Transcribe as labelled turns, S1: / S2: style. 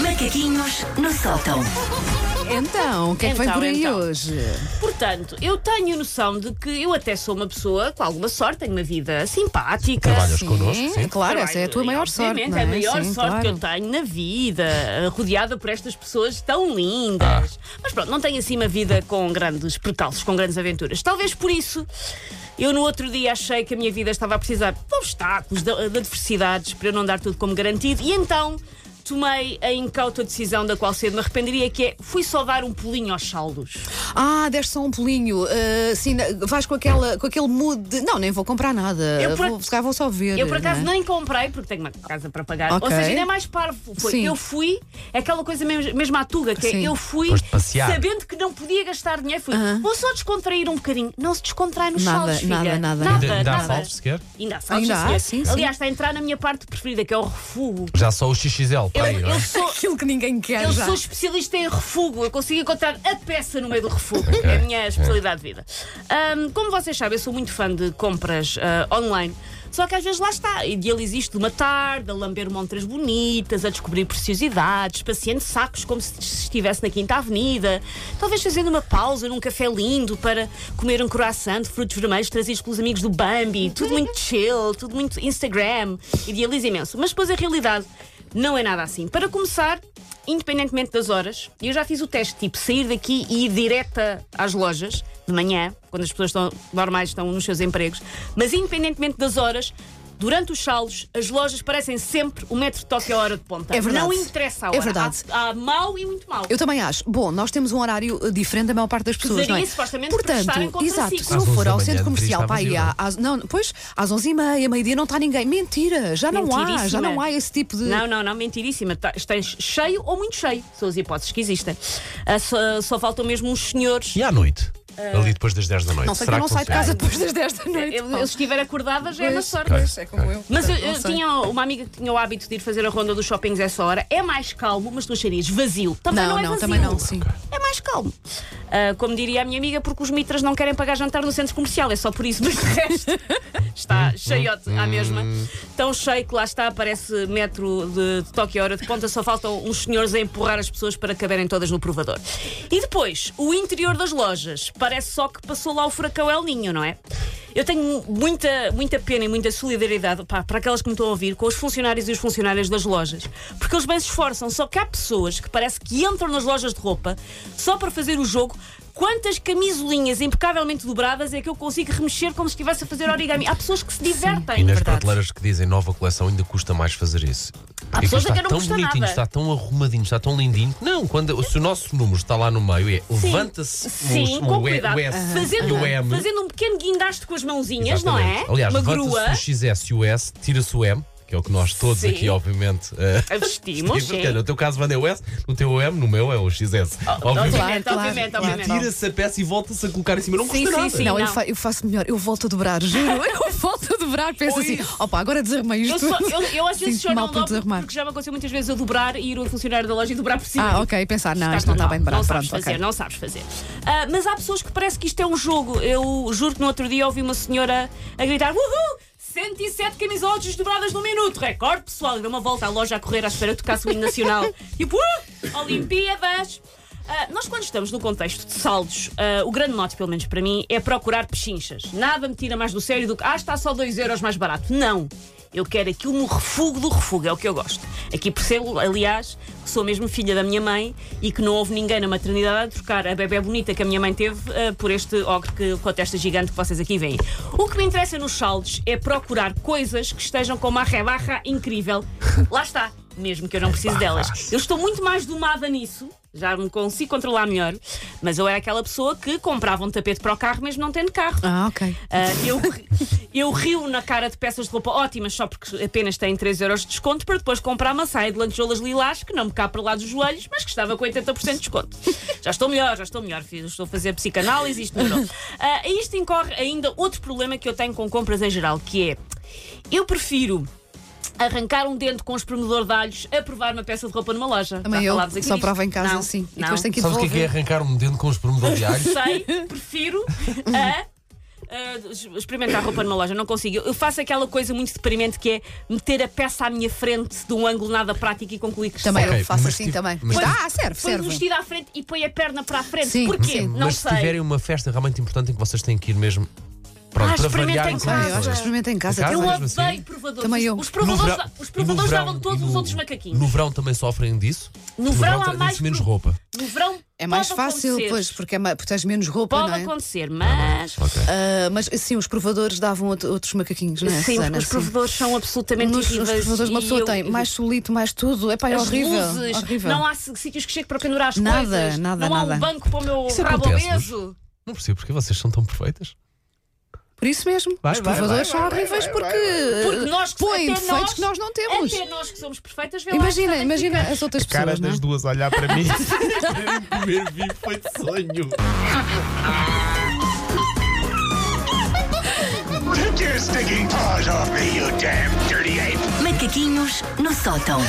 S1: Macaquinhos no sótão.
S2: Então, o que é que vem
S3: Então,
S2: por aí
S3: então.
S2: hoje?
S3: Portanto, eu tenho noção de que eu até sou uma pessoa com alguma sorte, tenho uma vida simpática.
S4: Trabalhas connosco,
S2: Sim,
S4: sim.
S2: claro, essa é a tua
S3: Trabalho,
S2: maior sorte.
S3: obviamente,
S2: Não
S3: é
S2: é?
S3: a maior
S2: Sim,
S3: sorte que eu
S2: claro.
S3: tenho na vida, rodeada por estas pessoas tão lindas. Mas pronto, não tenho assim uma vida com grandes percalços, com grandes aventuras. Talvez por isso. Eu no outro dia achei que a minha vida estava a precisar de obstáculos, de, de adversidades, para eu não dar tudo como garantido. E então tomei a incauta decisão da qual cedo me arrependeria, que é fui só dar um pulinho aos saldos.
S2: Ah, deste só um pulinho. ah, sim, na- vais com, aquela, com aquele mood de. Não, nem vou comprar nada.
S3: Eu por ac-
S2: vou, se calhar vou só ver.
S3: Eu por acaso
S2: não é?
S3: nem comprei, porque tenho uma casa para pagar.
S2: Ok.
S3: Ou seja, ainda é mais parvo. Foi.
S2: Sim.
S3: Eu fui, é aquela coisa mesmo, mesmo à tuga, que é,
S2: Sim.
S3: eu fui
S4: Foste passear.
S3: sabendo que não podia gastar dinheiro. Fui, vou só descontrair um bocadinho. Não se descontrai nos
S2: Nada,
S3: saldos, filha.
S2: nada, nada.
S4: Ainda- ainda há
S3: nada.
S4: saldos sequer?
S3: Ainda há saldos,
S2: Ainda há,
S3: senhor.
S2: sim, sim.
S3: Aliás, está a entrar na minha parte preferida, que é o refugo.
S4: Já só o XXL,
S3: Eu,
S4: para aí, não é?
S3: eu sou...
S2: Aquilo que ninguém quer
S3: Eu
S2: já.
S3: sou especialista em refugo, eu consigo encontrar a peça no meio do refugo. É a minha especialidade de vida. Ahm, como vocês sabem, eu sou muito fã de compras ah, online. Só que às vezes lá está, idealizo isto de uma tarde, a lamber montras bonitas, a descobrir preciosidades, passeando sacos como se estivesse na Quinta Avenida, talvez fazendo uma pausa num café lindo para comer um croissant de frutos vermelhos trazidos pelos amigos do Bambi. Tudo muito chill, tudo muito Instagram, idealizo imenso. Mas depois a realidade não é nada assim. Para começar, independentemente das horas, eu já fiz o teste, tipo, sair daqui e ir direta às lojas, de manhã, quando as pessoas estão normais, estão nos seus empregos, mas independentemente das horas, durante os salos, as lojas parecem sempre o metro de toque a hora de ponta.
S2: É verdade.
S3: Não interessa a
S2: É
S3: hora.
S2: verdade.
S3: Há, há mau e muito mau.
S2: Eu também acho. Bom, nós temos um horário eh, diferente da maior parte das pessoas,
S3: Pesaria,
S2: não é?
S3: supostamente, por
S2: Portanto,
S3: estar em contraciclo.
S2: exato. Se
S3: Às
S2: eu
S4: 11
S2: for
S4: da
S2: ao
S4: manhã, devia
S2: centro comercial,
S4: estar
S2: pá, aí
S4: vazio, é?
S2: à- às, não, depois às 11h30, meio-dia, não está ninguém. Mentira, já não há, já
S3: Mentiríssima.
S2: não há esse tipo de.
S3: Não, não, não, mentiríssima. Tá- Estás cheio ou muito cheio. São as hipóteses que existem. Ah, só, só faltam mesmo uns senhores.
S4: E à noite?
S3: Ah.
S4: Ali depois das 10 da noite.
S2: Não sei que
S4: Será
S2: eu não
S4: que
S2: saio de
S4: funciona?
S2: casa depois das 10 da noite.
S3: Eu,
S2: pá.
S3: eu, se estiver acordada, já é uma
S2: Pois,
S3: sorte.
S4: Ok.
S2: pois, é como eu.
S3: Mas eu,
S2: Portanto, não
S3: eu
S2: sei.
S3: tinha uma amiga que tinha o hábito de ir fazer a ronda dos shoppings a essa hora. É mais calmo, mas tu acharias vazio. Também
S2: Não,
S3: não, é
S2: não,
S3: vazio.
S2: também não, sim.
S3: É mais calmo. Ah, como diria a minha amiga, porque os mitras não querem pagar jantar no centro comercial. É só por isso, mas de resto está cheiote à mesma.
S2: Hum.
S3: Tão cheio que lá está, parece metro de, de toque a hora de ponta. Só faltam uns senhores a empurrar as pessoas para caberem todas no provador. E depois, o interior das lojas. Parece só que passou lá o furacão El Ninho, não é? Eu tenho muita, muita pena e muita solidariedade pá, para aquelas que me estão a ouvir com os funcionários e os funcionários das lojas. Porque eles bem se esforçam, só que há pessoas que parece que entram nas lojas de roupa só para fazer o jogo. Quantas camisolinhas impecavelmente dobradas é que eu consigo remexer como se estivesse a fazer origami? Há pessoas que se divertem.
S4: E nas
S3: Verdade.
S4: prateleiras que dizem nova coleção ainda custa mais fazer isso. Porque aquilo
S3: pessoas a
S4: está
S3: quem não
S4: tão
S3: custa
S4: bonitinho,
S3: nada.
S4: está tão arrumadinho, está tão lindinho. Não, quando, se o nosso número está lá no meio, é levanta-se
S3: Sim,
S4: o,
S3: com
S4: o, Um E-
S3: cuidado.
S4: o S e
S3: Fazendo,
S4: o M.
S3: fazendo um pequeno guindaste com as mãozinhas,
S4: Exatamente.
S3: não é?
S4: Aliás,
S3: Uma grua.
S4: levanta-se o XS e o S, tira-se o M, que é o que nós todos
S3: Sim.
S4: aqui, obviamente, eh,
S3: A Vestimos. sim.
S4: Porque, olha, no teu caso manda é o S, no teu é o M, no meu é o XS.
S3: Oh,
S4: Obviamente.
S3: Obviamente,
S2: Claro,
S3: obviamente,
S2: claro,
S3: obviamente.
S4: Tira-se a peça e volta-se a colocar em cima. Não
S3: é Sim,
S4: custa
S3: sim,
S4: nada.
S3: sim.
S2: Não, eu,
S3: não.
S2: fa- eu faço melhor, eu volto a dobrar, juro. Eu volto a dobrar, penso
S4: Pois.
S2: assim, opa, agora desarmei isto.
S3: Eu, só, eu, eu às vezes choro
S2: Sinto-me mal
S3: ao
S2: por
S3: dobro
S2: desarmar.
S3: porque já me aconteceu muitas vezes eu dobrar e ir ao funcionário da loja e dobrar por cima.
S2: Ah, ok, pensar, não,
S3: Estás
S2: isto não está
S3: mal.
S2: bem dobrado.
S3: Não sabes
S2: Pronto,
S3: fazer,
S2: ok.
S3: não sabes fazer. Ah, mas há pessoas que parece que isto é um jogo. Eu juro que no outro dia ouvi uma senhora a gritar: Uhul! 107 camisolas dobradas num minuto. Recorde, pessoal. E deu uma volta à loja a correr à espera de tocar o hino nacional. tipo, uh, Olimpíadas! Ah, nós, quando estamos no contexto de saldos, ah, o grande mote, pelo menos para mim, é procurar pechinchas. Nada me tira mais do sério do que, ah, está só 2 euros mais barato. Não. Eu quero aquilo no refugo do refugo, é o que eu gosto. Aqui percebo, aliás, que sou mesmo filha da minha mãe e que não houve ninguém na maternidade a trocar a bebé bonita que a minha mãe teve eh, por este ogre que, com a testa gigante que vocês aqui veem. O que me interessa nos saldos é procurar coisas que estejam com uma rebarra incrível. Lá está, mesmo que eu não precise delas. Eu estou muito mais domada nisso. Já me consigo controlar melhor, mas eu era aquela pessoa que comprava um tapete para o carro, mesmo não tendo carro.
S2: Ah, ok.
S3: Ah, eu, eu rio na cara de peças de roupa ótimas só porque apenas têm 3 euros de desconto para depois comprar uma saia de lantejoulas lilás que não me cabe para lá dos joelhos, mas que estava com 80% de desconto. Já estou melhor, já estou melhor. Fiz- Estou a fazer psicanálise, isto melhorou. Ah, E isto incorre ainda outro problema que eu tenho com compras em geral, que é eu prefiro arrancar um dente com um espremedor de alhos a provar uma peça de roupa numa loja.
S2: Também
S3: Já
S2: eu
S3: falámos aqui
S2: só
S3: disto?
S2: prova em casa,
S3: Não,
S2: sim. E
S3: não
S4: é
S2: depois tenho que
S4: Sabes o que é, que é
S2: devolver.
S4: arrancar um dedo com os promedor de alho?
S3: sei, prefiro a uh, experimentar roupa numa loja, não consigo. Eu faço aquela coisa muito deprimente que é meter a peça à minha frente de um ângulo nada prático e concluir que
S2: Também
S4: é? Ok,
S2: eu faço
S4: mas
S2: assim
S4: tive-
S2: também.
S4: mas- tipo,
S2: Mas dá, serve,
S3: Põe o
S2: serve.
S3: vestido à frente e põe a perna para a frente.
S2: Sim,
S3: Porquê?
S2: sim.
S3: Não
S4: Mas se
S3: sei.
S4: tiverem uma festa realmente importante em que vocês têm que ir mesmo. Pronto,
S3: Ah,
S4: para
S3: experimentem
S4: variar
S3: em
S4: em
S2: Ah, eu acho que
S4: condições.
S2: experimento em casa.
S4: Em casa?
S3: Eu
S2: também.
S4: mesmo assim?
S3: odeio provadores.
S2: Também eu.
S3: Os
S4: No
S3: provadores,
S4: verão-
S3: os
S4: no
S3: provadores
S4: verão
S3: davam
S4: e
S3: todos
S4: no-
S3: os outros
S4: No
S3: macaquinhos.
S4: verão também sofrem disso.
S3: No, verão,
S4: tra-
S3: há mais.
S4: tem-se menos
S3: pro-
S4: roupa.
S3: No verão
S2: É mais
S3: pode
S2: fácil,
S3: acontecer.
S2: pois, porque, é ma- porque tens menos roupa,
S3: Pode
S2: não é?
S3: acontecer, mas.
S4: Ok.
S2: Ah, mas sim, os provadores davam outro- outros macaquinhos, não é?
S3: Sim,
S2: Susana?
S3: os
S2: Sim.
S3: provadores são absolutamente
S2: Nos, nos
S3: horríveis
S2: provadores uma
S3: e
S2: pessoa
S3: eu-
S2: tem mais solito, mais tudo. Epá, é
S3: As
S2: horrível.
S3: luzes,
S2: horrível.
S3: não há s- sítios que chegue para pendurar as
S2: Nada,
S3: coisas.
S2: nada,
S3: não há
S2: nada.
S3: um banco para o meu
S4: Isso
S3: rabo
S4: acontece-vos?
S3: obeso.
S4: Não é? percebo porque vocês são tão perfeitas.
S2: Por isso mesmo,
S4: Vai,
S2: os
S4: vai,
S2: provadores
S4: vai,
S2: são
S4: vai,
S2: horríveis
S4: vai,
S2: porque,
S3: Porque nós que
S2: põem
S3: até
S2: defeitos
S3: nós-
S2: que nós não temos.
S3: Até nós É que somos perfeitas, vê lá
S2: Imagina,
S3: esta
S2: imagina
S3: benfica.
S2: as outras
S5: Caras
S2: pessoas, não é?
S5: das duas a olhar para mim. Querem comer vivo foi de sonho.
S6: Take your stinking paws off me, you damn dirty ape!
S1: Macaquinhos no sótão.